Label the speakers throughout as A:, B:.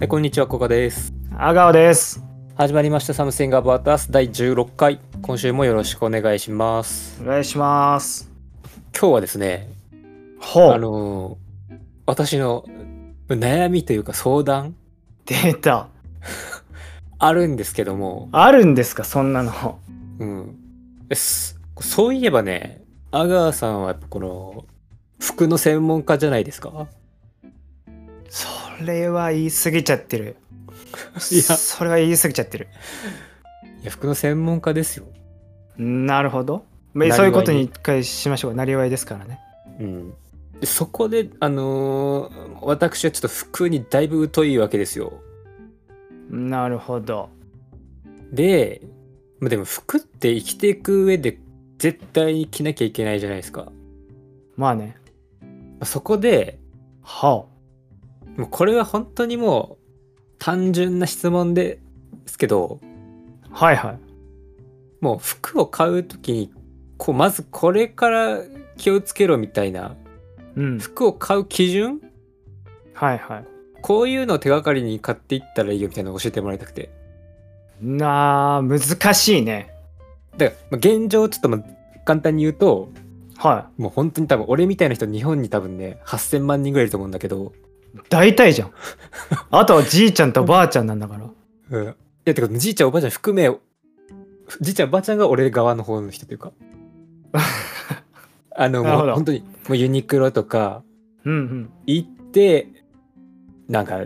A: えこんにちはこかです
B: 阿川です。
A: 始まりましたサムシングアバータス第16回今週もよろしくお願いします
B: お願いします。
A: 今日はですね
B: ほ
A: あ
B: う。
A: のー私の悩みというか相談
B: 出た。
A: あるんですけども
B: あるんですか、そんなの。
A: うんですそういえばね阿川さんはやっぱこの服の専門家じゃないですか
B: それは言い過ぎちゃってる。
A: いや
B: それは言い過ぎちゃってる。
A: いや服の専門家ですよ
B: なるほど。ま
A: なりわいに
B: あ、そういうことに一回しましょう。なりわいですからね。
A: うんでそこであのー私はちょっと服にだいぶ疎いわけですよ
B: なるほど。
A: でまあでも服って生きていく上で絶対に着なきゃいけないじゃないですか
B: まあね。
A: そこで
B: は
A: もうこれは本当にもう単純な質問ですけど
B: う。はいはい。
A: もう服を買う時にこうまずこれから気をつけろみたいな
B: うん。
A: 服を買う基準
B: はいはい。
A: こういうのを手がかりに買っていったらいいよみたいなのを教えてもらいたくて
B: なあ、難しいね。
A: だからまあ現状ちょっとまあ簡単に言うと
B: は
A: もう本当に多分俺みたいな人日本に多分ね8,000万人ぐらいいると思うんだけど
B: い。大体じゃん。あとはじいちゃんとばあちゃんなんだから。
A: うん。いや、てか、じいちゃん、おばあちゃん含め、じいちゃん、ばあちゃんが俺側の方の人という か。あの、
B: なる
A: も
B: ほ
A: う
B: ど
A: 本当に、もうユニクロとか
B: うんうん。
A: 行って、なんか、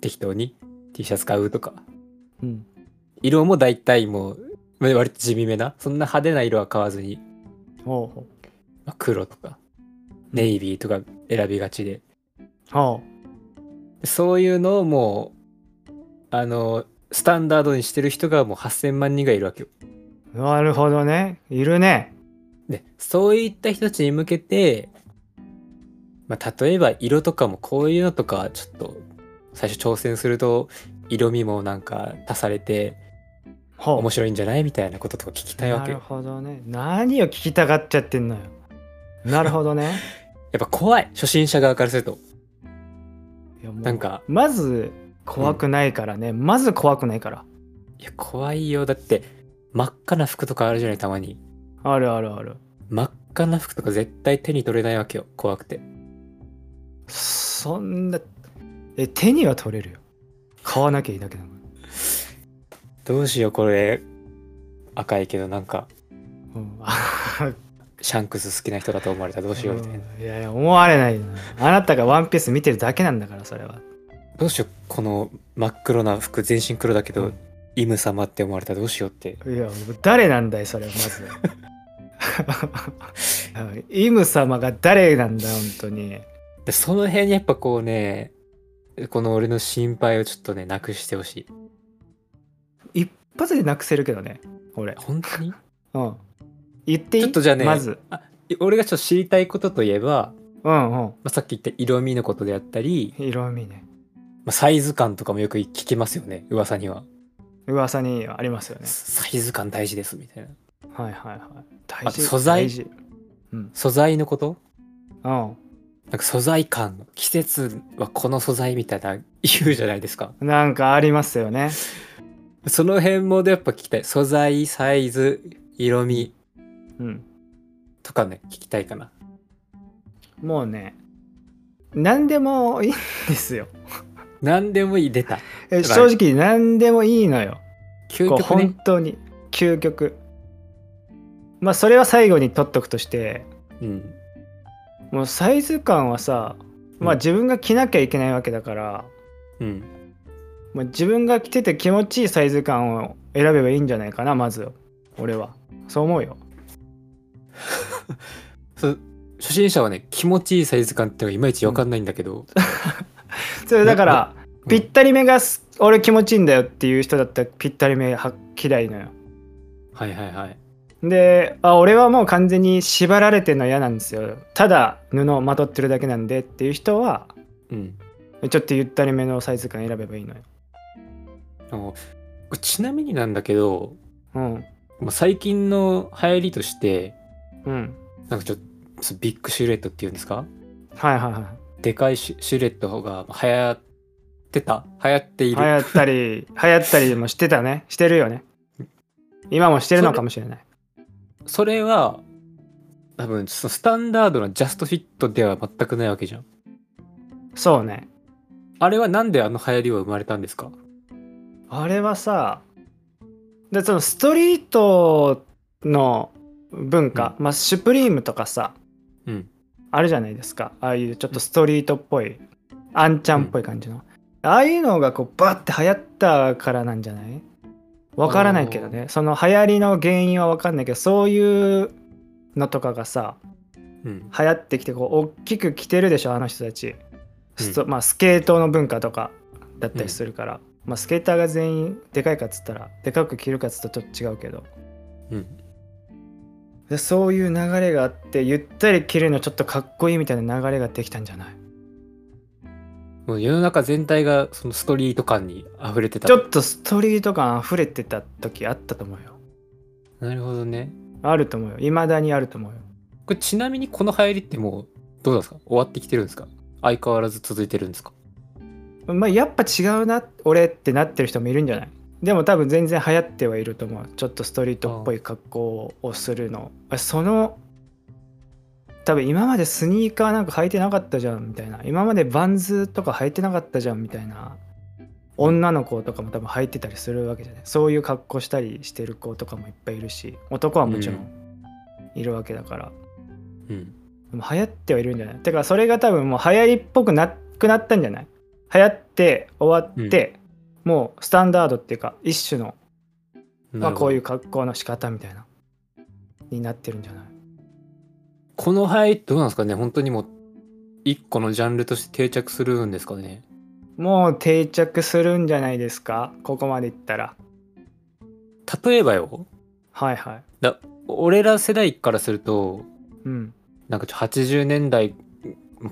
A: 適当に T シャツ買うとか。
B: うん。
A: 色も大体もう、まあ割と地味めな。そんな派手な色は買わずに、
B: ほうほ
A: まあ黒とか、ネイビーとか選びがちで。
B: う。は
A: そういうのをもう、あの、スタンダードにしてる人がもう8,000万人がいるわけよ。
B: う。なるほどね。いるね。
A: でそういった人たちに向けて、まあ、例えば色とかもこういうのとかはちょっと最初挑戦すると色味もなんか足されて
B: ほう
A: 面。白いんじゃないみたいなこととか聞きたいわ
B: な
A: け
B: る
A: よ
B: ほどね何を聞きたがっちゃってんのよなるほど ね
A: やっぱ怖い初心者側からすると
B: いやもう
A: なんか
B: まず怖くないからね、まず怖くないから
A: いや怖いよだって真っ赤な服とかあるじゃないたまに
B: あるあるある
A: 真っ赤な服とか絶対手に取れないわけよ怖くて
B: そんなえ手には取れるよ買わなきゃいいだけなのに
A: どうしようこれ赤いけどなんか
B: うんあ
A: シャンクス好きな人だと思われた らどうしようみたいな、
B: うんいやいや思われないよあなたがワンピース見てるだけなんだからそれは
A: どうしようこの真っ黒な服全身黒だけど、
B: うん
A: イム様って思われたらどうしようって
B: いやもう誰なんだよそれまず イム様が誰なんだ本当に
A: でその辺にやっぱこうねこの俺の心配をちょっとねなくしてほしい
B: 一発でなくせるけどね俺
A: 本当に
B: うん。言っていい
A: ちょっとじゃあね
B: まず。
A: 俺がちょっと知りたいことといえば、
B: うんうん。
A: まあ、さっき言った色味のことであったり、
B: 色味ね。
A: まあ、サイズ感とかもよく聞きますよね噂には、
B: 噂にありますよね。
A: サイズ感大事ですみたいな
B: はいはいはい。
A: あ
B: 大
A: と
B: 事。
A: 素材
B: 大事うん。
A: 素材のこと
B: うん。
A: なんか素材感季節はこの素材みたいな言うじゃないですか
B: なんかありますよね。
A: その辺もやっぱ聞きたい素材サイズ色味
B: うん。
A: とかね聞きたいかな
B: もうね、何でもいいんですよ。
A: 何でもいい出た
B: え
A: はい
B: 正直何でもいいのよ。
A: 究
B: こう
A: 極
B: 本
A: ね
B: 当に。究極。まあそれは最後に取っとくとして、
A: うん
B: もうサイズ感はさ、まあ自分が着なきゃいけないわけだから、
A: うん
B: まあ、自分が着てて気持ちいいサイズ感を選べばいいんじゃないかなまず俺はそう思うよ
A: そ初心者はね気持ちいいサイズ感ってのがいまいち分かんないんだけ ど、
B: それだから
A: うん
B: ぴったりめがす俺気持ちいいんだよっていう人だったらぴったりめは嫌いのよ
A: はいはいはい
B: であ俺はもう完全に縛られてるの嫌なんですよただ布をまとってるだけなんでっていう人は
A: うん
B: ちょっとゆったりめのサイズ感選べばいいのよ
A: あのちなみになんだけど
B: うん
A: まあ最近の流行りとして
B: うん
A: なんかちょっとビッグシルエットっていうんですか
B: はいはいはい
A: でかいシシルエットが流行っってた流行ってい
B: 流
A: る
B: 行ったり、流行ったりもしてたね。してるよね。今もしてるのかもしれない。
A: それは多分そのスタンダードなジャストフィットでは全くないわけじゃん
B: そうね。
A: あれはなんであの流行りは生まれたんですか
B: あれはさ、でそのストリートの文化、まあ、シュプリームとかさ、
A: うん
B: あるじゃないですか。ああいうちょっとストリートっぽい、アンちゃんっぽい感じの。ああいうのがこうバッて流行ったからなんじゃないわからないけどね。その流行りの原因はわかんないけど、そういうのとかがさ、
A: うん
B: 流行ってきてこう大きく着てるでしょあの人たち、ストまあ、スケートの文化とかだったりするから、まあ、スケーターが全員でかいかっつったらでかく着るかっつったらちょっと違うけど
A: うん
B: でそういう流れがあってゆったり着るのちょっとかっこいいみたいな流れができたんじゃない
A: もう世の中全体がそのストリート感に溢れてた
B: ちょっとストリート感溢れてた時あったと思うよ
A: なるほどね
B: あると思うよいまだにあると思うよ
A: これちなみにこの流行りってもうどうなんですか終わってきてるんですか相変わらず続いてるんですか
B: まあ、やっぱ違うな俺ってなってる人もいるんじゃないでも多分全然流行ってはいると思うちょっとストリートっぽい格好をするのその多分今までスニーカーなんか履いてなかったじゃんみたいな今までバンズとか履いてなかったじゃんみたいな女の子とかも多分履いてたりするわけじゃないそういう格好したりしてる子とかもいっぱいいるし男はもちろんいるわけだか
A: う
B: ら、
A: ん
B: でも流行ってはいるんじゃないてかそれが多分もう流行りっぽくなくなったんじゃない流行って終わって、もうスタンダードっていうか一種の、ま
A: なるほ
B: あ、
A: ど
B: こういう格好の仕方みたいなになってるんじゃない
A: この流行りってどうなんですかね本当にもう一個のジャンルとして定着するんですかね
B: もう定着するんじゃないですかここまでいったら
A: 例えばよ
B: はいはい
A: 俺ら世代からすると
B: うん
A: なんかちょ80年代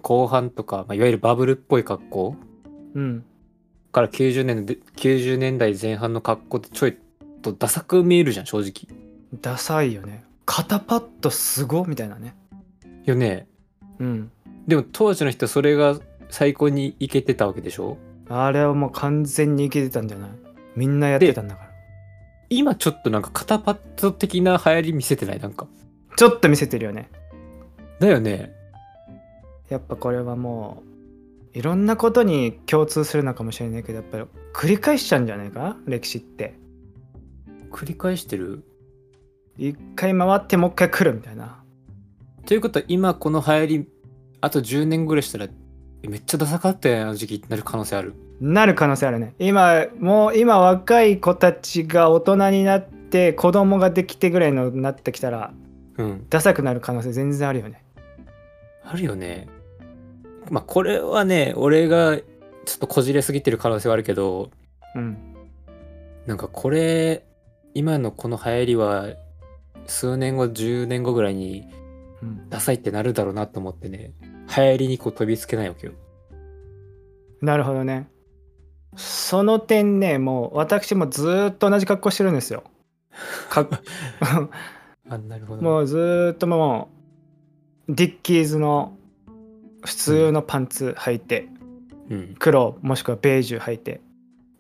A: 後半とか、まあ、いわゆるバブルっぽい格好
B: うん
A: から90年で90年代前半の格好ってちょいとダサく見えるじゃん正直
B: ダサいよね肩パッドすごみたいなね
A: よね
B: うん
A: でも当時の人はそれが最高にイケてたわけでしょ
B: あれはもう完全にいけてたんじゃないみんなやってたんだから
A: 今ちょっとなんか肩パッド的な流行り見せてないなんか
B: ちょっと見せてるよね
A: だよね
B: やっぱこれはもういろんなことに共通するのかもしれないけどやっぱり繰り返しちゃうんじゃないか歴史って
A: 繰り返してる
B: 一回回ってもう一回来るみたいな
A: ということは今この流行りあと10年ぐらいしたらめっちゃダサかったよねあの時期ってなる可能性ある
B: なる可能性あるね今もう今若い子たちが大人になって子供ができてぐらいのなってきたら
A: うん
B: ダサくなる可能性全然あるよね
A: あるよねまあこれはね俺がちょっとこじれすぎてる可能性はあるけど
B: うん
A: なんかこれ今のこの流行りは数年後10年後ぐらいに
B: うん
A: ダサいってなるだろうなと思ってね流行りにこう飛びつけないわけよ
B: なるほどねその点ねもう私もずーっと同じ格好してるんですよかっ
A: あなるほど
B: もうずーっともうディッキーズの普通のパンツ履いて、
A: うん
B: 黒もしくはベージュ履いて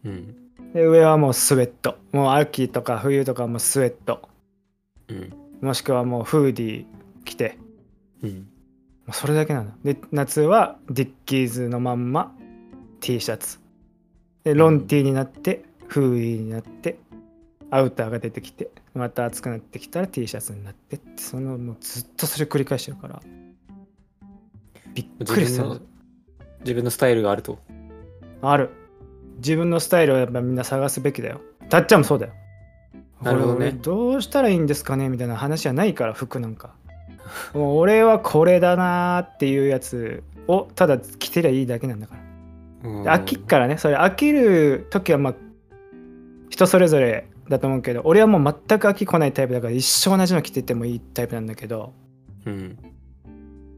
A: うん
B: で上はもうスウェットもう秋とか冬とかもうスウェット
A: うん
B: もしくはもうフーディー着て
A: うん
B: もうそれだけなので夏はディッキーズのまんま T シャツでロン T になってフーディーになってアウターが出てきてまた暑くなってきたら T シャツになってってそのもうずっとそれ繰り返してるからびっくりす
A: 自分の
B: る
A: 自分のスタイルがあると
B: ある自分のスタイルをやっぱみんな探すべきだよたっちゃんもそうだよ
A: なるほどね
B: これ俺どうしたらいいんですかねみたいな話じゃないから服なんかもう俺はこれだなーっていうやつをただ着てりゃいいだけなんだからで飽きっからねそれ飽きる時はまあ人それぞれだと思うけど俺はもう全く飽きこないタイプだから一生同じの着ててもいいタイプなんだけど
A: うん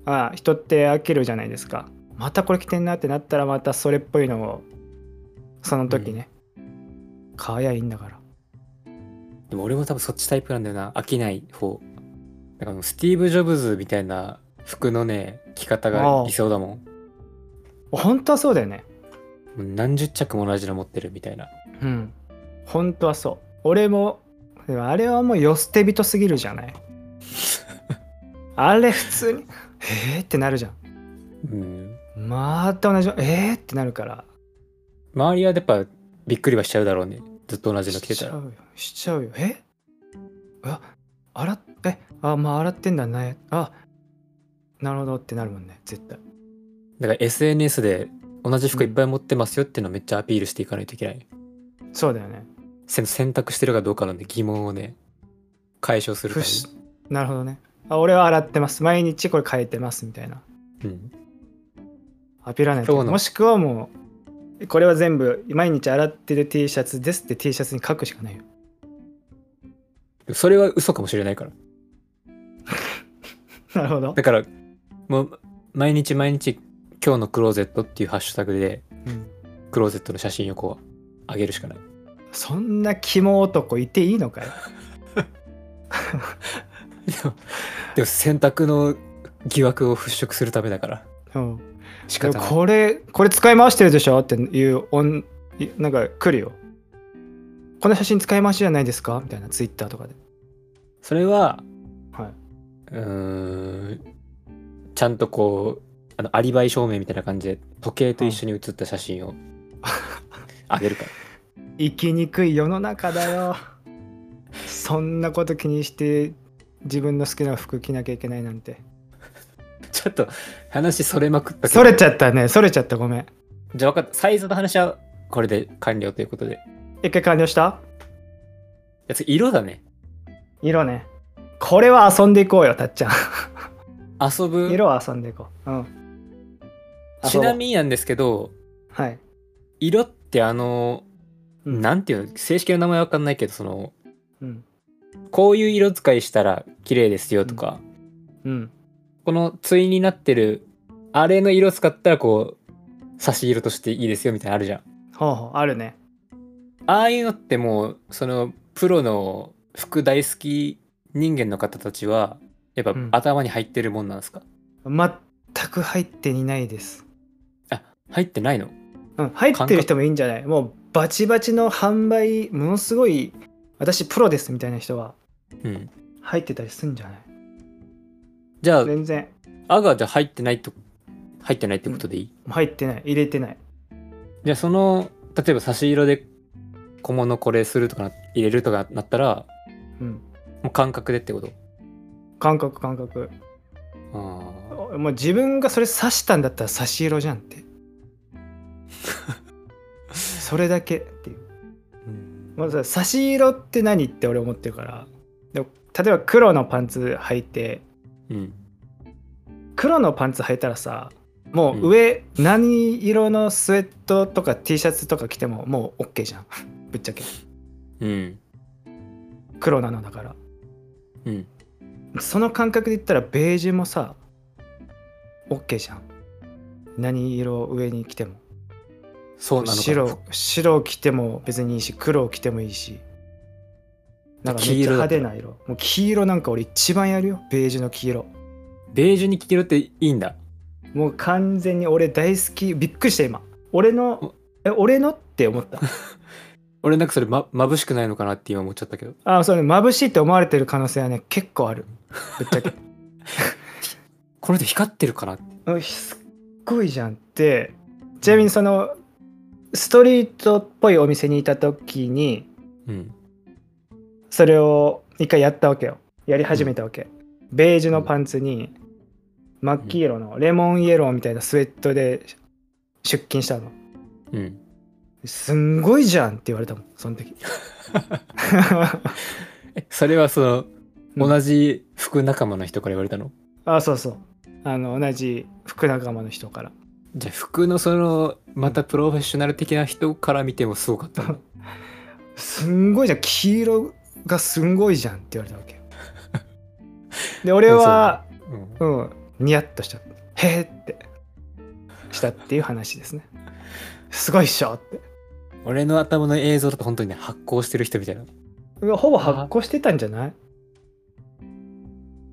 B: ああ人って飽きるじゃないですかまたこれ着てんなってなったらまたそれっぽいのをその時ね、買えばいいんだから
A: でも俺も多分そっちタイプなんだよな。飽きない方。だからスティーブ・ジョブズみたいな服のね、着方が理想だもん。
B: 本当はそうだよね
A: もう何十着も同じの持ってるみたいな
B: うん本当はそう俺もでもあれはもうよ捨て人すぎるじゃ ないあれ普通に「えー?」ってなるじゃ
A: うん
B: んまた同じの「えー?」ってなるから
A: 周りはやっぱびっくりはしちゃうだろうねずっと同じの着て
B: したちゃ
A: ら
B: うよしちゃうよえあ洗っえあまあ洗ってんだねあなるほどってなるもんね絶対
A: だから SNS で同じ服いっぱい持ってますよっていうのをめっちゃアピールしていかないといけない
B: そうだよね
A: せ選択してるかどうかなんで疑問をね解消するた
B: 不
A: め
B: 思なるほどねあ俺は洗ってます毎日これ変えてますみたいな
A: に、うん、
B: アピらないと
A: 今日の
B: もしくはもうこれは全部毎日洗ってる T シャツですって T シャツに書くしかないよ
A: それは嘘かもしれないから
B: なるほど
A: だ、からもう毎日毎日今日のクローゼットっていうハッシュタグで
B: うん
A: クローゼットの写真をこう上げるしかない
B: そんな肝男いていいの かよ
A: でもでも選択の疑惑を払拭するためだから
B: うん
A: 仕
B: でも
A: 方ない
B: これこれ使い回してるでしょっていうおんいなんか来るよこの写真使い回しじゃないですかみたいなツイッターとかで
A: それは
B: はいう
A: ーんちゃんとこうあのアリバイ証明みたいな感じで時計と一緒に写った写真を あげるから
B: 生きにくい世の中だよそんなこと気にして自分の好きな服着なきゃいけないなんて
A: ちょっと話それまくったけど
B: それちゃったねそれちゃったごめん
A: じゃあ分かったサイズの話はこれで完了ということで
B: 一回完了した
A: やつ色だね
B: 色ねこれは遊んでいこうよたっちゃん
A: 遊ぶ
B: 色は遊んでいこううん
A: ちなみになんですけど
B: 遊ぼうはい
A: 色ってあの、
B: うん
A: なんていうの正式な名前わかんないけどその
B: うん
A: こういう色使いしたら綺麗ですよとか、
B: うん
A: この対になってるあれの色使ったらこう差し色としていいですよみたいなのあるじゃん
B: ほうほうあるね
A: ああいうのってもうそのプロの服大好き人間の方たちはやっぱ
B: うん
A: 頭に入ってるもんなんですか、
B: 全く入っていないです
A: あ入ってないの
B: うん入ってる人もいいんじゃないもうバチバチの販売ものすごい私プロですみたいな人は
A: うん
B: 入ってたりすんじゃない
A: じゃあ
B: 全然
A: あがじゃあ入ってないと入ってないってことでいい、
B: 入ってない入れてない
A: じゃあその例えば差し色で小物これするとかな入れるとかなったら
B: うん
A: もう感覚でってこと
B: 感覚感覚
A: あー
B: おもう自分がそれ刺したんだったら差し色じゃんってそれだけっていうまず差し色って何って俺思ってるからでも例えば黒のパンツ履いて
A: うん
B: 黒のパンツ履いたらさもう上何色のスウェットとか T シャツとか着てももう OK じゃん ぶっちゃけ
A: うん
B: 黒なのだから
A: うん
B: その感覚で言ったらベージュもさ OK じゃん何色上に着ても
A: そうなのかな
B: 白白を着ても別にいいし黒を着てもいいしなんかめっちゃ
A: 黄色だった
B: 派手
A: ら
B: な色もう黄色なんか俺一番やるよベージュの黄色
A: ベージュに着てるっていいんだ
B: もう完全に俺大好きびっくりした今俺のえ俺のって思った
A: 俺なんかそれま眩しくないのかなって今思っちゃったけど
B: ああそうね眩しいって思われてる可能性はね結構あるぶっちゃけ
A: この人光ってるかな
B: うんすっごいじゃんってちなみにそのストリートっぽいお店にいた時に
A: うん
B: それを一回やったわけよやり始めたわけ、ベージュのパンツに真っ黄色のレモンイエローみたいなスウェットで出勤したの
A: うん
B: すんごいじゃんって言われたもんその時
A: えそれはその、
B: うん
A: 同じ服仲間の人から言われたの
B: あそうそうあの同じ服仲間の人から
A: じゃあ服のそのまたプロフェッショナル的な人から見てもすごかったん だ
B: すんごいじゃん黄色がすんごいじゃんって言われた わけよで俺は
A: うん
B: うんニヤッとしたへーってしたっていう話ですねすごいっしょって
A: 俺の頭の映像だと本当にね発光してる人みたいな
B: うわほぼ発行してたんじゃない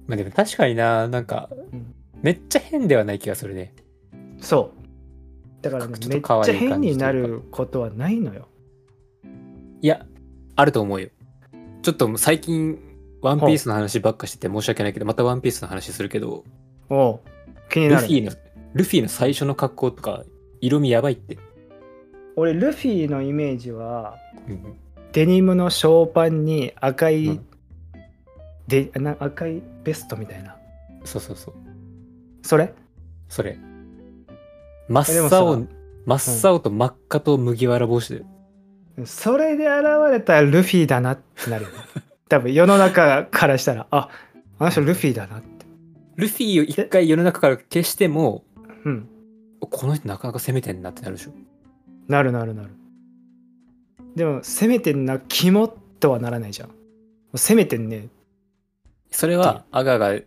A: まあでも確かにななんか
B: うん
A: めっちゃ変ではない気がするね
B: そうだからね、
A: ちょっ
B: め
A: と
B: っ
A: 可愛い
B: ちゃ変
A: 感じという
B: に
A: か
B: なることはないのよ。
A: いや、あると思うよ。ちょっと最近、ワンピースの話ばっかしてて申し訳ないけど、またワンピースの話するけど、
B: おう気に
A: ル
B: な
A: フィの、
B: る。
A: ルフィの最初の格好とか、色味やばいって。
B: 俺ルフィのイメージはデニムのショーパンに赤い、
A: うん
B: でな赤いベストみたいな
A: そうそうそう。
B: それ
A: それ。真
B: でも
A: っ
B: さ
A: 青、真っ青と真っ赤と麦わら帽子だよ。
B: それで現れたルフィだなってなる よね多分世の中からしたらああの人ルフィだなって
A: ルフィを一回世の中から消しても、
B: うん
A: この人なかなか攻めてんなってなるでしょ。
B: なるなるなるでもせめてんな肝とはならないじゃんせめてんね
A: それは、アガが優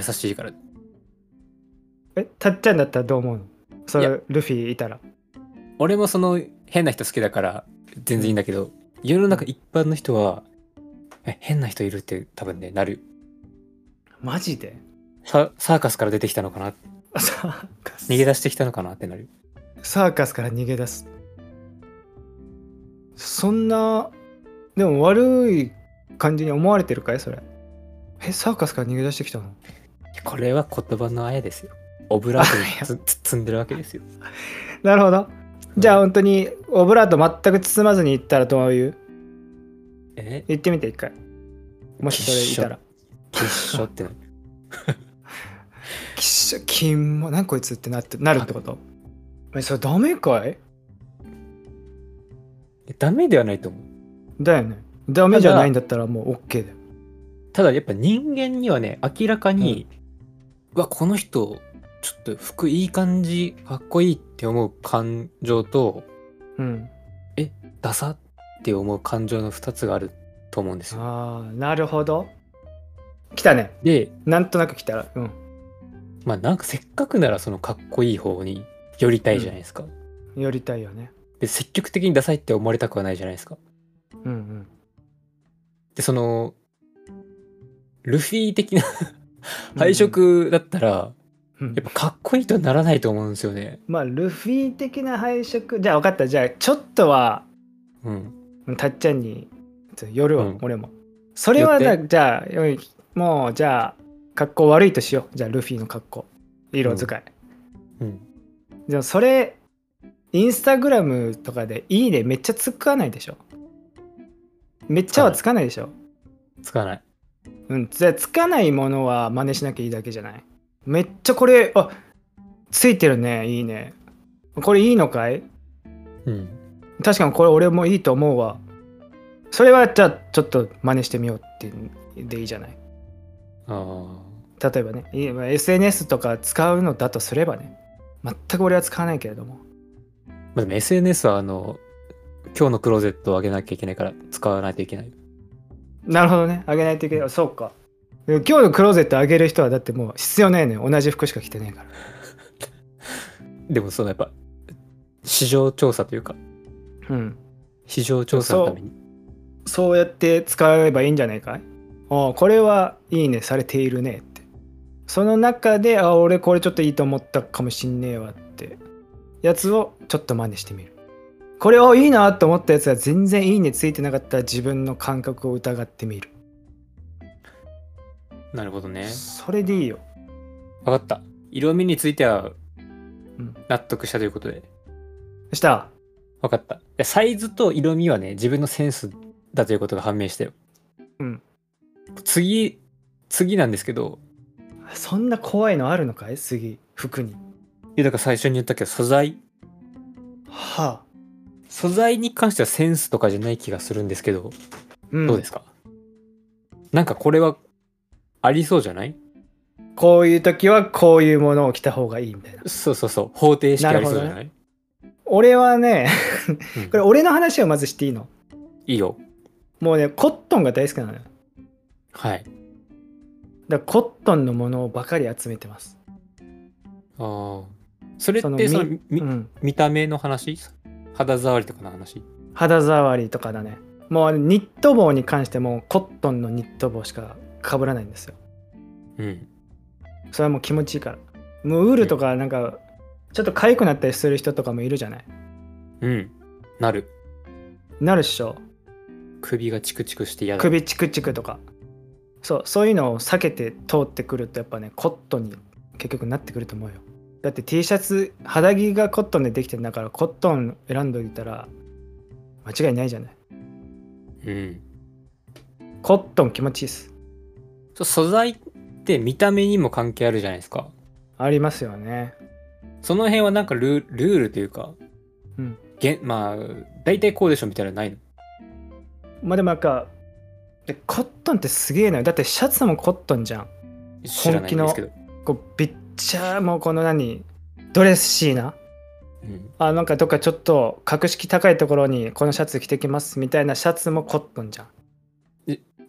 A: しいから。
B: えたっちゃんだったらどう思うのそ
A: い
B: れルフィいたら
A: 俺もその変な人好きだから全然いいんだけど世の中一般の人はえ変な人いるって多分ねなる
B: マジで
A: ササーカスから出てきたのかな
B: サーカス
A: 逃げ出してきたのかなってなる
B: サーカスから逃げ出すそんなでも悪い感じに思われてるかいそれえサーカスから逃げ出してきたの
A: これは言葉のあやですよオブラートに
B: あいや
A: つつ包んでるわけですよ
B: なるほどじゃあ本当にオブラート全く包まずに行ったらどういう
A: え
B: 言ってみて一回もしそれいたら
A: きっしょってなる
B: きっしょきんもなんこいつってなってなるってことえそれダメかい
A: えダメではないと思う
B: だよねダメじゃないんだったらもう OK だよ
A: ただやっぱ人間にはね明らかに、うわこの人ちょっと服いい感じかっこいいって思う感情と、
B: うん
A: ダサって思う感情の2つがあると思うんですよ。
B: ああなるほど来たね
A: で、
B: なんとなく来たうん
A: まあなんかせっかくならそのかっこいい方に寄りたいじゃないですか。
B: 寄りたいよね
A: で、積極的にダサいって思われたくはないじゃないですか。
B: うんうん
A: で、その、ルフィ的な 配色だったら、
B: うん
A: やっぱかっこいいとはならないと思うんですよね。
B: まあルフィ的な配色じゃあ分かったじゃあちょっとは
A: うん。
B: たっちゃんに寄るわ、
A: うん
B: 俺もそれ
A: 寄
B: はだ
A: っ
B: じゃあよいもうじゃあ格好悪いとしようじゃあルフィの格好色使い、
A: うん。
B: でもそれインスタグラムとかで「いいね」めっちゃつかないでしょめっちゃはつかないでしょ、
A: つかない。
B: うんじゃあつかないものは真似しなきゃいいだけじゃないめっちゃこれあついてるねいいねこれいいのかい
A: うん。
B: 確かにこれ俺もいいと思うわそれはじゃあちょっと真似してみようってでいいじゃない
A: あ
B: 例えばねいまあ SNS とか使うのだとすればね全く俺は使わないけれども
A: あ。まあでも SNS はあの、今日のクローゼットをあげなきゃいけないから使わないといけない。
B: なるほどねあげないといけないそうか今日のクローゼットあげる人はだってもう必要ないのよ同じ服しか着てないから
A: でもそのやっぱ、市場調査というか、
B: うん
A: 市場調査のために
B: そうやって使えばいいんじゃないかいああこれはいいねされているねってその中であ俺これちょっといいと思ったかもしんねえわってやつをちょっと真似してみるこれをいいなと思ったやつは全然いいねついてなかったら自分の感覚を疑ってみる
A: なるほどね
B: それでいいよ
A: 分かった色味については
B: ん
A: 納得したということで
B: そしたら
A: 分かったでサイズと色味はね自分のセンスだということが判明したよ
B: うん
A: 次次なんですけど
B: そんな怖いのあるのかい次服に
A: いやだから最初に言ったけど素材
B: はあ
A: 素材に関してはセンスとかじゃない気がするんですけど、
B: うん
A: どうですかなんかこれはありそうじゃない
B: こういう時はこういうものを着た方がいいみたいな
A: そうそうそう方程式ありそうじゃない
B: な俺はね
A: うん
B: これ俺の話をまずしていいの
A: いいよ
B: もうねコットンが大好きなのよ
A: はい
B: だからコットンのものばかり集めてます。
A: あーそれって
B: そ
A: そ
B: の
A: の
B: み
A: み
B: うん、
A: 見た目の話肌触りとかの話
B: 肌触りとかだね。もうニット帽に関してもコットンのニット帽しか被らないんですよ。
A: うん
B: それはもう気持ちいいから。もうウールとかなんか、ちょっと痒くなったりする人とかもいるじゃない
A: うんなる
B: なるっしょ
A: 首がチクチクして嫌だ
B: 首チクチクとかそうそういうのを避けて通ってくるとやっぱねコットンに結局なってくると思うよだって T シャツ肌着がコットンでできてんだからコットン選んどいたら間違いないじゃない
A: うん
B: コットン気持ちいいっす
A: そう素材って見た目にも関係あるじゃないですか
B: ありますよね
A: その辺はなんかルールールというか、
B: うん
A: げんまあ大体こうでしょみたいなのないの
B: まあでもなんかでコットンってすげえなだってシャツもコットンじゃん
A: 知らないんですけど、
B: こうびっちゃーもうこの何ドレスシーな
A: うん、
B: あなんかどっかちょっと格式高いところにこのシャツ着てきますみたいなシャツもコットンじゃん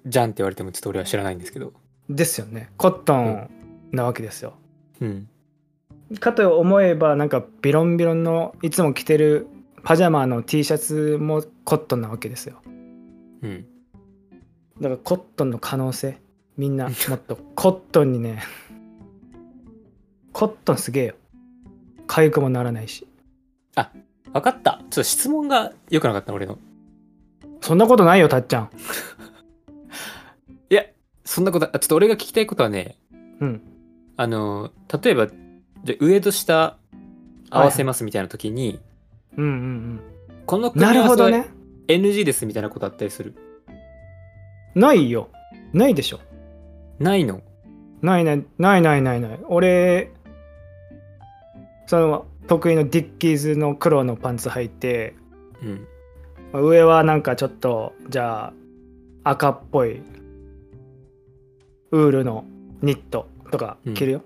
A: じゃんって言われてもちょっと俺は知らないんですけど
B: ですよねコットンなわけですよ、
A: うん
B: かと思えばなんかビロンビロンのいつも着てるパジャマの T シャツもコットンなわけですよ
A: うん
B: だからコットンの可能性みんなもっとコットンにねコットンすげえよ痒くもならないし
A: 分かったちょっと質問が良くなかったな俺の
B: そんなことないよたっちゃん
A: そんなことあちょっと俺が聞きたいことはね
B: うん
A: あの例えばじゃあ上と下合わせますみたいな時に、
B: うんうん
A: この
B: うん
A: 組み
B: なる
A: 合
B: ほ
A: わせ
B: ど
A: は
B: ね
A: NG ですみたいなことあったりする
B: ないよないでしょ
A: ないの
B: ないないないないないない俺その得意のディッキーズの黒のパンツ履いて
A: うん
B: 上はなんかちょっとじゃあ赤っぽいウールのニットとか着るよ、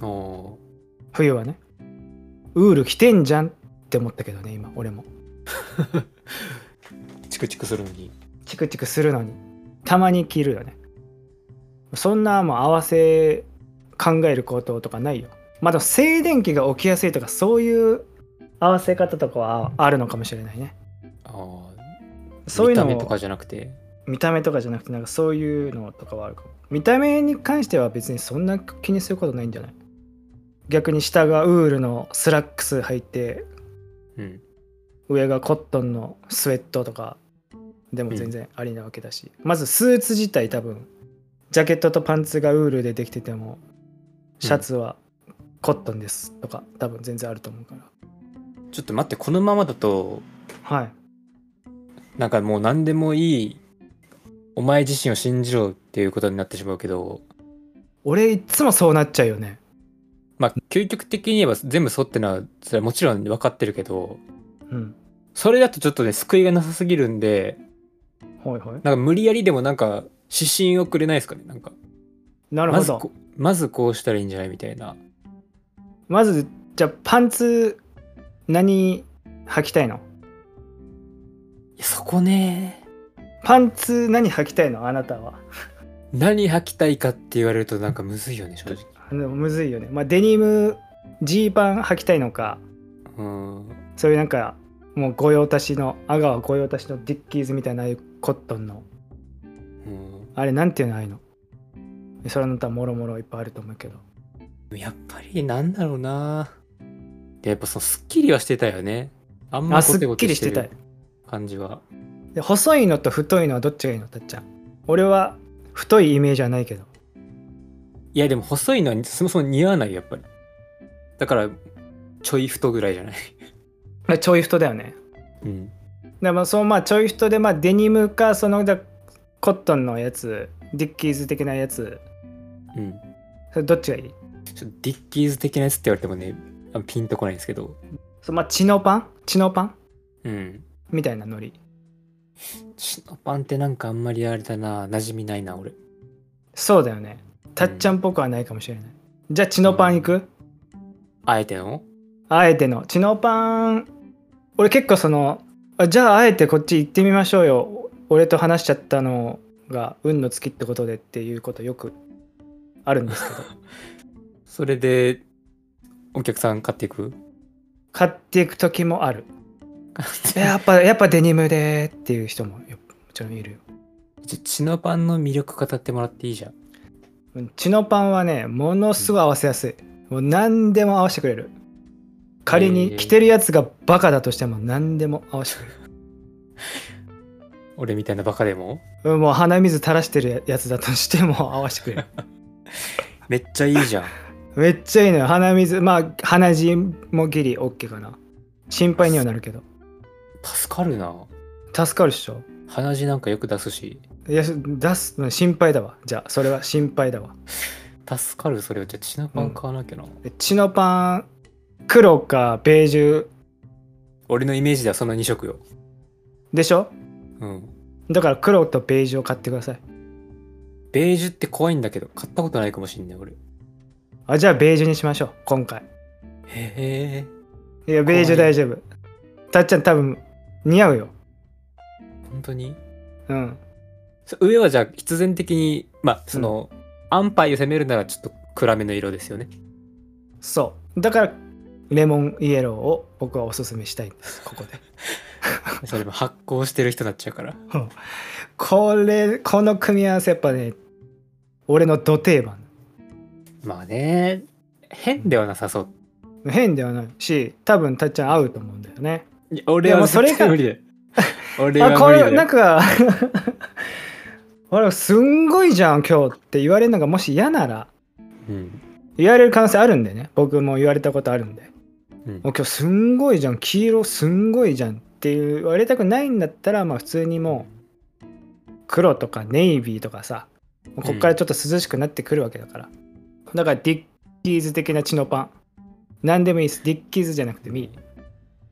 A: お
B: 冬はねウール着てんじゃんって思ったけどね今俺も
A: ーチクチクするのに
B: チクチクするのにたまに着るよねそんなもう合わせ考えることとかないよまあでも静電気が起きやすいとかそういう合わせ方とかはあるのかもしれないね
A: あー
B: そういうのを
A: 見た目とかじゃなくて
B: 見た目とかじゃなくてなんかそういうのとかはあるかも見た目に関しては別にそんな気にすることないんじゃない逆に下がウールのスラックス履いて
A: うん
B: 上がコットンのスウェットとかでも全然ありなわけだし、まずスーツ自体多分ジャケットとパンツがウールでできててもシャツはコットンですとか、多分全然あると思うから
A: ちょっと待ってこのままだと
B: はい
A: なんかもう何でもいいお前自身を信じろっていうことになってしまうけど
B: 俺いつもそうなっちゃうよね
A: まあ究極的に言えば全部そうってのはそれはもちろん分かってるけど
B: うん
A: それだとちょっとね救いがなさすぎるんで
B: はいはい
A: なんか無理やりでもなんか指針をくれないですかねなんか
B: なる
A: ま
B: ほ
A: ず
B: ど
A: こまずこうしたらいいんじゃないみたいな
B: まずじゃあパンツ何履きたいの
A: いやそこね
B: パンツ何履きたいのあなたは
A: 何履きたいかって言われるとなんかむずいよね正直
B: でもむずいよねまあデニムジーパン履きたいのか
A: うん
B: そういうなんかもう御用達の阿川御用達のディッキーズみたいなああいうコットンの
A: うん
B: あれなんていうのああいうのそれの他もろもろいっぱいあると思うけど
A: やっぱりなんだろうなでやっぱそのすっきりはしてたよねあんま
B: あす
A: コテ
B: っ
A: コ
B: き
A: テ
B: り
A: し
B: しててた
A: る
B: い
A: 感じは
B: で細いのと太いのはどっちがいいのたっちゃん俺は太いイメージはないけど
A: いやでも細いのはそもそも似合わないやっぱりだからちょい太ぐらいじゃない
B: でちょい太だよね
A: うん
B: でまあそうまあちょい太でまあデニムかそのだコットンのやつディッキーズ的なやつ
A: うん
B: それどっちがいい
A: ちょっとディッキーズ的なやつって言われてもねあピンとこないんですけど
B: そうまあチノパンチノパン
A: うん
B: みたいなノリ
A: シノパンってなんかあんまりあれだな馴染みないな俺
B: そうだよねたっちゃんっぽくはないかもしれない、じゃあチノパン行く、
A: あえての
B: あえてのチノパン俺結構そのあじゃああえてこっち行ってみましょうよ俺と話しちゃったのが運の尽きってことでっていうことよくあるんですけど
A: それでお客さん買っていく
B: 買っていく時もあるやっぱやっぱデニムでっていう人もよもちろんいるよ
A: ちょチノパンの魅力語ってもらっていいじゃん
B: うんチノパンはねものすごい合わせやすい、もう何でも合わせてくれる仮に着てるやつがバカだとしても何でも合わせてく
A: 俺みたいなバカでも
B: れるうんもう鼻水垂らしてるやつだとしても合わせてくれる
A: めっちゃいいじゃん
B: めっちゃいいのよ鼻水まあ鼻血もギリ OK かな心配にはなるけど
A: 助かるな
B: 助かるっしょ
A: 鼻血なんかよく出すし
B: いや出すうん心配だわじゃあそれは心配だわ
A: 助かるそれをじゃあチナパン買わなきゃな、
B: でチノパン黒かベージュ
A: 俺のイメージではその2色よ
B: でしょ
A: うん
B: だから黒とベージュを買ってください
A: ベージュって怖いんだけど買ったことないかもしんない俺へ
B: あじゃあベージュにしましょう今回
A: え
B: いやベージュ大丈夫たっちゃん多分似合うよ
A: 本当に
B: うん
A: そ上はじゃあ必然的にまあその、安牌を攻めるならちょっと暗めの色ですよね
B: そうだからレモンイエローを僕はおすすめしたいんですここで
A: それも発光してる人になっちゃうから
B: これこの組み合わせやっぱね俺のド定番
A: まあね変ではなさそう
B: 変ではないし多分たっちゃん合うと思うんだよね
A: いや俺
B: いやも
A: は
B: うそれ
A: 絶対
B: が
A: 無 理だよ俺
B: あ
A: は
B: こ
A: 無理
B: れ
A: だ
B: な
A: よ
B: んか あれすんごいじゃん今日って言われるのがもし嫌なら
A: うん
B: 言われる可能性あるんでね僕も言われたことあるんで
A: うん
B: もう今日すんごいじゃん黄色すんごいじゃんって言われたくないんだったらまあ普通にもう黒とかネイビーとかさもうこっからちょっと涼しくなってくるわけだから、だからディッキーズ的なチノパン何でもいいですディッキーズじゃなくてもいい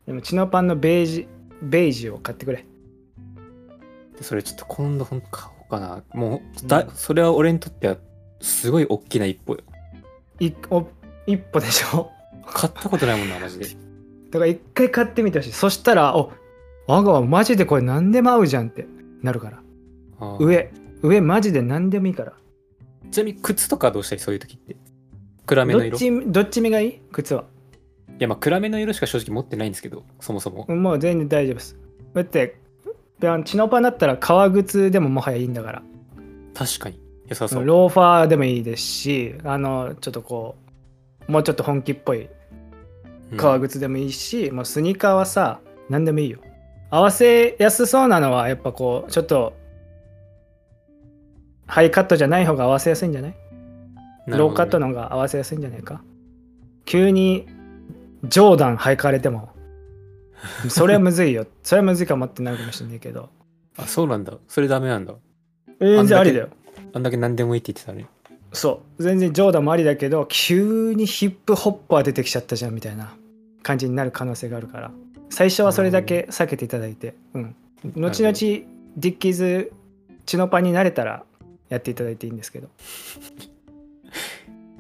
B: でもチノパンのベージュベージュを買ってくれ
A: でそれちょっと今度ほんと買おうかなもうだ、それは俺にとってはすごい大きな一歩よ
B: いお一歩でしょ
A: 買ったことないもんなマジで
B: だから一回買ってみてほしいそしたらお我がはマジでこれ何でも合うじゃんってなるから
A: あー
B: 上上マジで何でもいいから
A: ちなみに靴とかどうしたりそういう時って暗め
B: ど
A: の
B: っ
A: 色い
B: ちどっち目がいい靴は
A: やまあ暗めの色しか正直持ってないんですけどそもそも、
B: もう全然大丈夫ですだってピャンチノパンだったら革靴でももはやいいんだから
A: 確かに良さそう、
B: ローファーでもいいですしあのちょっとこうもうちょっと本気っぽい
A: うん
B: 革靴でもいいし、もうスニーカーはさ何でもいいよ合わせやすそうなのはやっぱこうちょっとハイカットじゃない方が合わせやすいんじゃない
A: なる
B: ロ
A: ほどね
B: ーカットの方が合わせやすいんじゃないか急にジョーダン履かれて もそれはむずいよそれはむずいかもってなるかもしれないけど
A: あそうなんだそれダメなんだ
B: 全然ありだよ
A: あんだけ何でもいいって言ってたのに
B: そう全然ジョーダンもありだけど急にヒップホッパー出てきちゃったじゃんみたいな感じになる可能性があるから最初はそれだけ避けていただいて、うん、後々
A: なるほど
B: ディッキーズチノパンに慣れたらやっていただいていいんですけど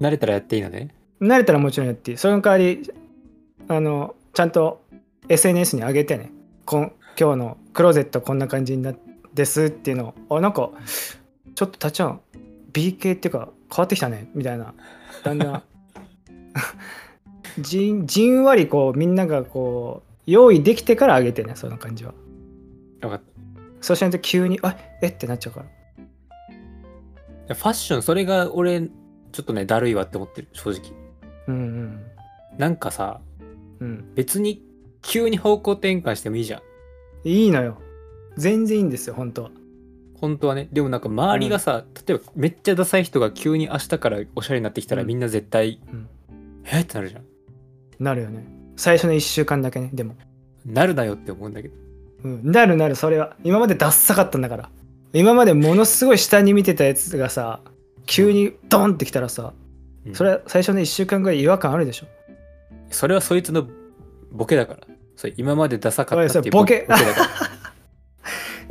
A: 慣れたらやっていいのね
B: 慣れたらもちろんやっていいその代わりあのちゃんと SNS に上げてねこん今日のクローゼットこんな感じになですっていうのをあなんかちょっとたっちゃん B 系っていうか変わってきたねみたいなだ んだんじんじんわりこうみんながこう用意できてから上げてねその感じは
A: 分かった
B: そうしないと急に「あえっ?」てなっちゃうから
A: いやファッションそれが俺ちょっとねだるいわって思ってる正直
B: うん
A: なんかさ
B: うんうん
A: 別に急に方向転換してもいいじゃん
B: いいのよ全然いいんですよ本当は
A: 本当はねでもなんか周りがさ、例えばめっちゃダサい人が急に明日からおしゃれになってきたら、
B: うん
A: みんな絶対、
B: うん
A: えってなるじゃん
B: なるよね最初の1週間だけねでも
A: なるなよって思うんだけど
B: うん、なるなるそれは今までダッサかったんだから今までものすごい下に見てたやつがさ急にドンってきたらさ
A: うん
B: それは最初の1週間ぐらい違和感あるでしょ
A: それはそいつのボケだからそれ今までダサかったっていう
B: おいそれボケ
A: だか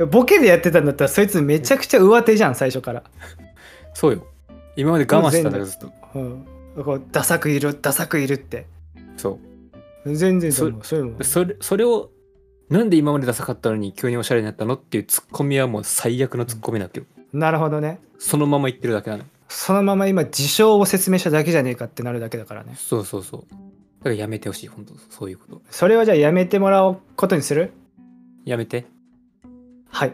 A: ら
B: ボケでやってたんだったらそいつめちゃくちゃ上手じゃん最初から、
A: そうよ今まで我慢してたんだから
B: もう
A: ずっと
B: うん、こうダサくいるダサくいるって
A: そ
B: 全然そうそういうの
A: うそれそれをなんで今までダサかったのに急におしゃれになったのっていうツッコミはもう最悪のツッコミなわけよ
B: なるほどね
A: そのまま言ってるだけなの
B: そのまま今事象を説明しただけじゃねえかってなるだけだからね
A: そうそうそうだからやめてほしい本当そういうこと
B: それはじゃあやめてもらうことにする
A: やめて
B: はい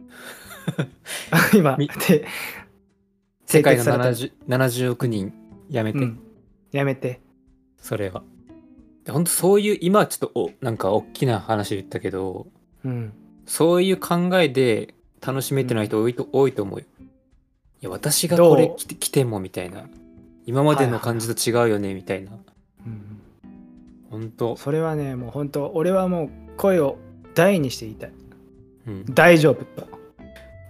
B: 今
A: み
B: で
A: 世界の
B: 締結された
A: 70, 70億人やめて、
B: うんやめて
A: それは本当そういう今はちょっとおなんか大きな話言ったけど
B: うん
A: そういう考えで楽しめてない人多いと,、多いと思うよいや私が
B: どう
A: これ着て着てもみたいな今までの感じと違うよねみたいな、
B: うん、
A: 本当
B: それはねもう本当俺はもう声を大にして言いたい
A: うん
B: 大丈夫と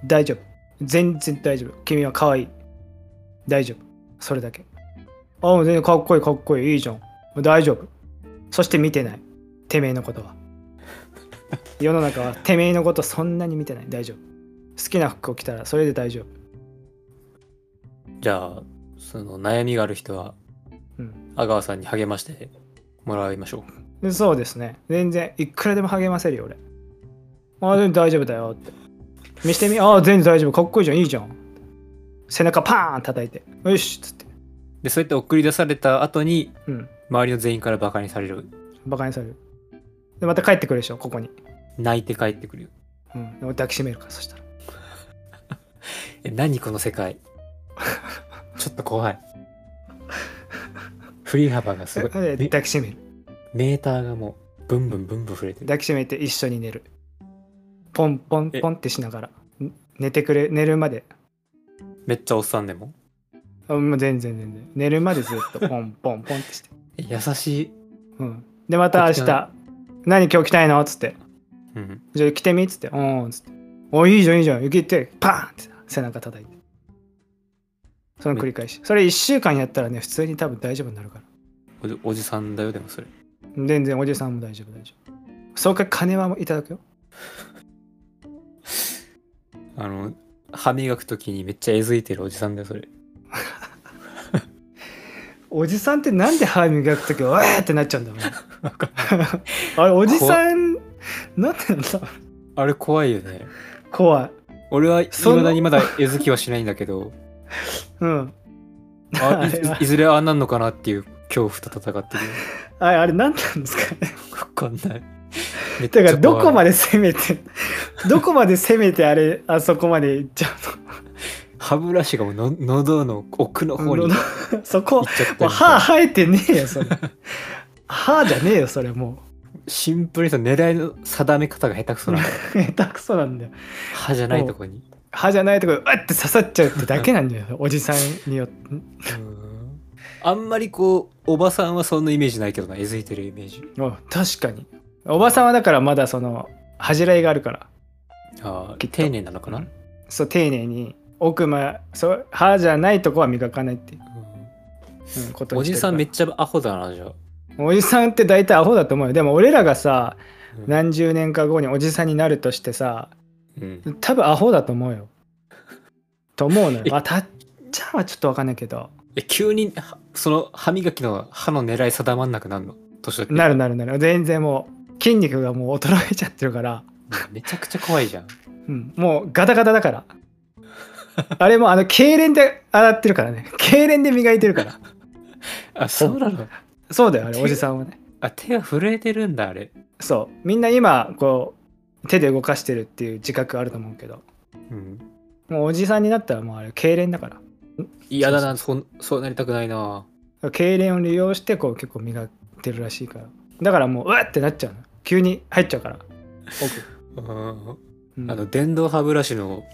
B: 大丈夫全然大丈夫君は可愛い大丈夫それだけあもう全然かっこいいかっこいいいいじゃんもう大丈夫そして見てないてめえのことは世の中はてめえのことそんなに見てない大丈夫好きな服を着たらそれで大丈夫
A: じゃあその悩みがある人は、
B: うん
A: 阿川さんに励ましてもらいましょ
B: でそうですね全然いくらでも励ませるよ俺あ全然大丈夫だよって見してみあ全然大丈夫かっこいいじゃんいいじゃん背中パーン叩いてよしっつって
A: うでそうやって送り出された後に
B: うん
A: 周りの全員からバカにされる
B: バカにされるでまた帰ってくるでしょここに、
A: 泣いて帰ってくるよ
B: うん、でも抱きしめるからそしたら
A: え何この世界ちょっと怖い振り幅がすごい
B: で
A: め
B: 抱きしめる
A: メーターがもうブンブンブンブン触れてる
B: 抱きしめて一緒に寝るポンポンポンってしながらん寝てくれ寝るまで
A: めっちゃおっさんでも
B: あもう全然全然寝るまでずっとポンポンポンってして、
A: え優しい、
B: うん、でまた明
A: 起きて
B: 日何今日着たいのっつって
A: うん、
B: じゃあ着てみっつって、うんっつって、おいいじゃんいいじゃん、行けて、パーンって背中叩いて。その繰り返し。それ1週間やったらね、普通に多分大丈夫になるから。
A: おじおじさんだよでもそれ
B: 全然おじさんも大丈夫、大丈夫。そうか、金はいただくよ。
A: あの歯磨く時にめっちゃえずいてるおじさんだよそ れ
B: おじさんってなんで歯磨くとき、うわーってなっちゃうんだろうね あれ、おじさん、なんでなんだ
A: あれ怖いよね
B: 怖い。
A: 俺はい
B: その
A: まだにまだ絵付きはしないんだけど
B: うん。
A: あ
B: あれはい
A: いいずれああなんのかなっていう恐怖と戦ってるよ
B: あれ、あれ、なんなんですか ね。
A: わかんないめっち
B: だ
A: ゃ
B: から、どこま
A: で
B: で攻めて、どこまで攻めて、あれ、あそこまで行っちゃ
A: 歯ブラシがもうの喉の奥の
B: う
A: 方に
B: の。
A: 行っ
B: そこ、
A: ちゃったり
B: もう歯生えてねえ よそれ歯じゃねえよそれも
A: シンプルにさ狙いの定め方が下手くそなの
B: う下手くそなんだよ
A: 歯じゃないとこに
B: 歯じゃないとこうわって刺さっちゃうってだけなん だよおじさんによって
A: うんあんまりこうおばさんはそんなイメージないけどなえずいてるイメージ
B: お確かにおばさんはだからまだその恥じらいがあるから
A: あ
B: き
A: ー
B: っと
A: 丁寧なのかな、
B: うんそう丁寧に奥まそう歯じゃないとこは磨かないっていううんこと
A: お
B: にして
A: じ
B: るから
A: さんめっちゃアホだなじゃあ、
B: おじさんって大体アホだと思うよでも俺らがさ
A: うん
B: 何十年か後におじさんになるとしてさ
A: うん
B: 多分アホだと思うよと思うのよまあたっちゃんはちょっと分かんないけど
A: え急にはその歯磨きの歯の狙い定まんなくなるの年取って
B: なるなるなる全然もう筋肉がもう衰えちゃってるから、
A: めちゃくちゃ怖いじゃん
B: うん、もうガタガタだからあれもあの痙攣で洗ってるからね痙攣で磨いてるから
A: あそうなの
B: そうだよあれおじさんはね
A: あ手が震えてるんだあれ
B: そうみんな今こう手で動かしてるっていう自覚あると思うけど
A: うん
B: もうおじさんになったらもうあれ痙攣だから
A: 嫌だなそんそうなりたくないな
B: 痙攣を利用してこう結構磨いてるらしいからだからもううわってなっちゃうの急に入っちゃうから奥、
A: うん
B: うん
A: あの電動歯ブラシの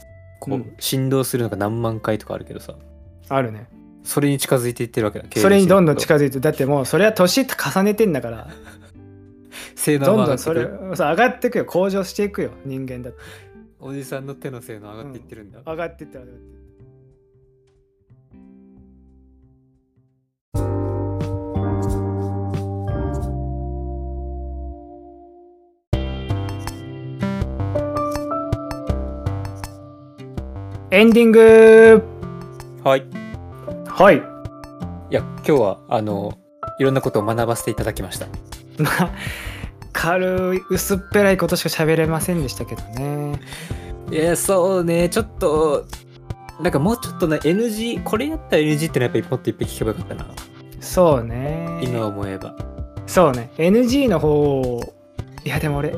A: こ
B: う
A: うん振動するのが何万回とかあるけどさ
B: あるね
A: それに近づいていってるわけだ
B: それにどんどん近
A: づ
B: づいてだってもうそれは年重ねてんだから
A: 性能
B: ど
A: も
B: ん
A: 上が
B: どん
A: ってく
B: それ
A: る
B: そう上がっていくよ向上していくよ人間だって
A: おじさんの手の性能上がっていってるんだ、
B: 上がっていったら上がっていったエンディング
A: はいい
B: はい
A: や今日はあのいろんなことを学ばせていただきました
B: まあ軽い薄っぺらいことしか喋れませんでしたけどね
A: えそうねちょっとなんかもうちょっとね NG これやったら NG ってのはやっぱもっといっぱい聞けばよかったな
B: そうね
A: 今思えば
B: そうね NG の方をいやでも俺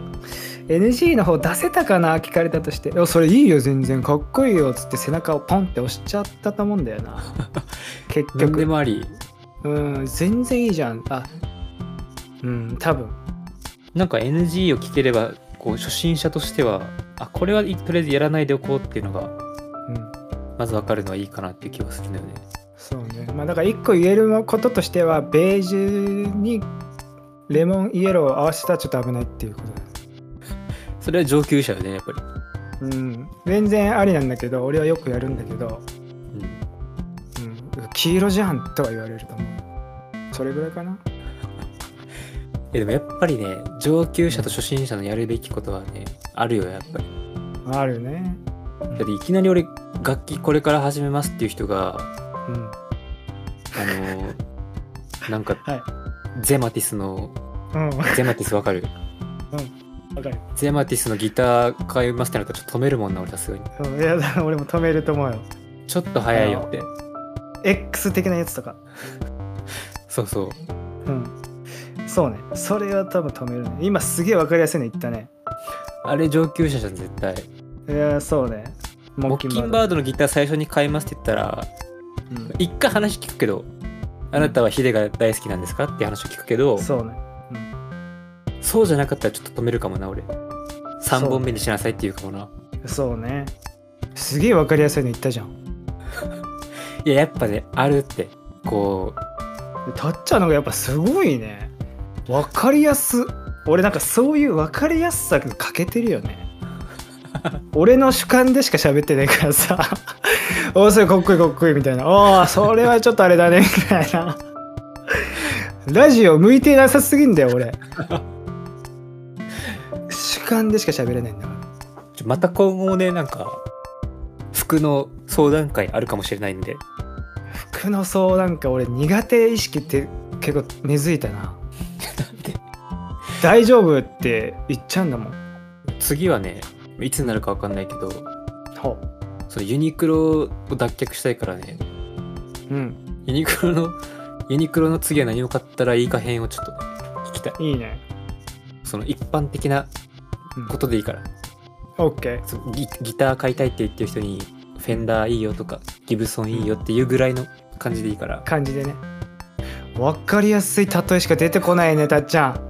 B: NG の方出せたかな聞かれたとして「いやそれいいよ全然かっこいいよ」っつって背中をポンって押しちゃったと思うんだ よな結
A: 何で
B: 局
A: もあり
B: うん全然いいじゃんあうん多分
A: なんか NG を聞ければこう初心者としてはあこれはとりあえずやらないでおこうっていうのが
B: うん
A: まず分かるのはいいかなっていう気はするんだよね。
B: そうねまあだから一個言えることとしてはベージュにレモンイエローを合わせたらちょっと危ないっていうことです
A: それは上級者よねやっぱり。
B: うん全然ありなんだけど俺はよくやるんだけど、
A: うん、
B: うん、黄色じゃんとは言われると思うそれぐらいかな
A: えでもやっぱりね上級者と初心者のやるべきことはねあるよやっぱり。
B: あるね
A: だっていきなり俺楽器これから始めますっていう人が
B: う
A: あ
B: ん
A: のなんか、
B: はい
A: ゼマティスの
B: うん
A: ゼマティスわかる
B: わかる
A: ゼマティスのギター買いますってなったらちょっと止めるもんな俺さすがに
B: うんいやだから俺も止めると思うよ
A: ちょっと早いよって。
B: X 的なやつとか
A: そうそう
B: うんそうねそれは多分止めるね今すげえわかりやすいの言ったね
A: あれ上級者じゃん絶対
B: いやそうね
A: モ
B: モ
A: ッキンバードのギター最初に買いますって言ったら
B: ード
A: 一回話聞くけどあなたはヒデが大好きなんですかって話を聞くけど
B: うんそうね
A: そうじゃなかったらちょっと止めるかもな俺3本目にしなさいって言うかもな
B: そうねすげえわかりやすいの言ったじゃん
A: いややっぱねあるってこう
B: たっちゃんのがやっぱすごいねわかりやす俺なんかそういうわかりやすさが欠けてるよね俺の主観でしか喋ってないからさ「おおそれかっこいいかっこいい」みたいな「おおそれはちょっとあれだね」みたいなラジオ向いてなさすぎんだよ俺主観でしか喋れないんだから
A: ちょまた今後もねなんか服の相談会あるかもしれない んで
B: 服の相談か俺苦手意識って結構根付いたな
A: で
B: 大丈夫って言っちゃうんだもん
A: 次はねいつになるか分かんないけど
B: ほ
A: そのユニクロを脱却したいからね
B: ううん
A: ユニクロのユニクロの次は何を買ったらいいか編をちょっとね聞きたい
B: いいね、
A: その一般的な
B: うん、
A: ことでいいから
B: オッケー
A: そのギギター買いたいって言ってる人にフェンダーいいよとかギブソンいいよっていうぐらいの感じでいいから
B: 感じでねわかりやすい例えしか出てこないねたっちゃん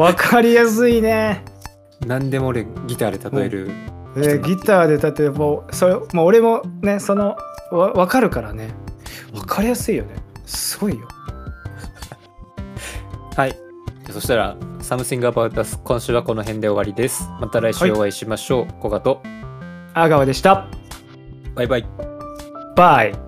B: わかりやすいね、
A: 何でも俺ギターで例える
B: え
A: ちょっと待っ
B: ー
A: て
B: ギターで例えばもうそれもう俺もねそのわわかるからねわかりやすいよねすごいよ
A: はいそしたら「Something About Us」今週はこの辺で終わりですまた来週お会いしましょう、古賀と
B: 阿川でした
A: バイバイ
B: バイ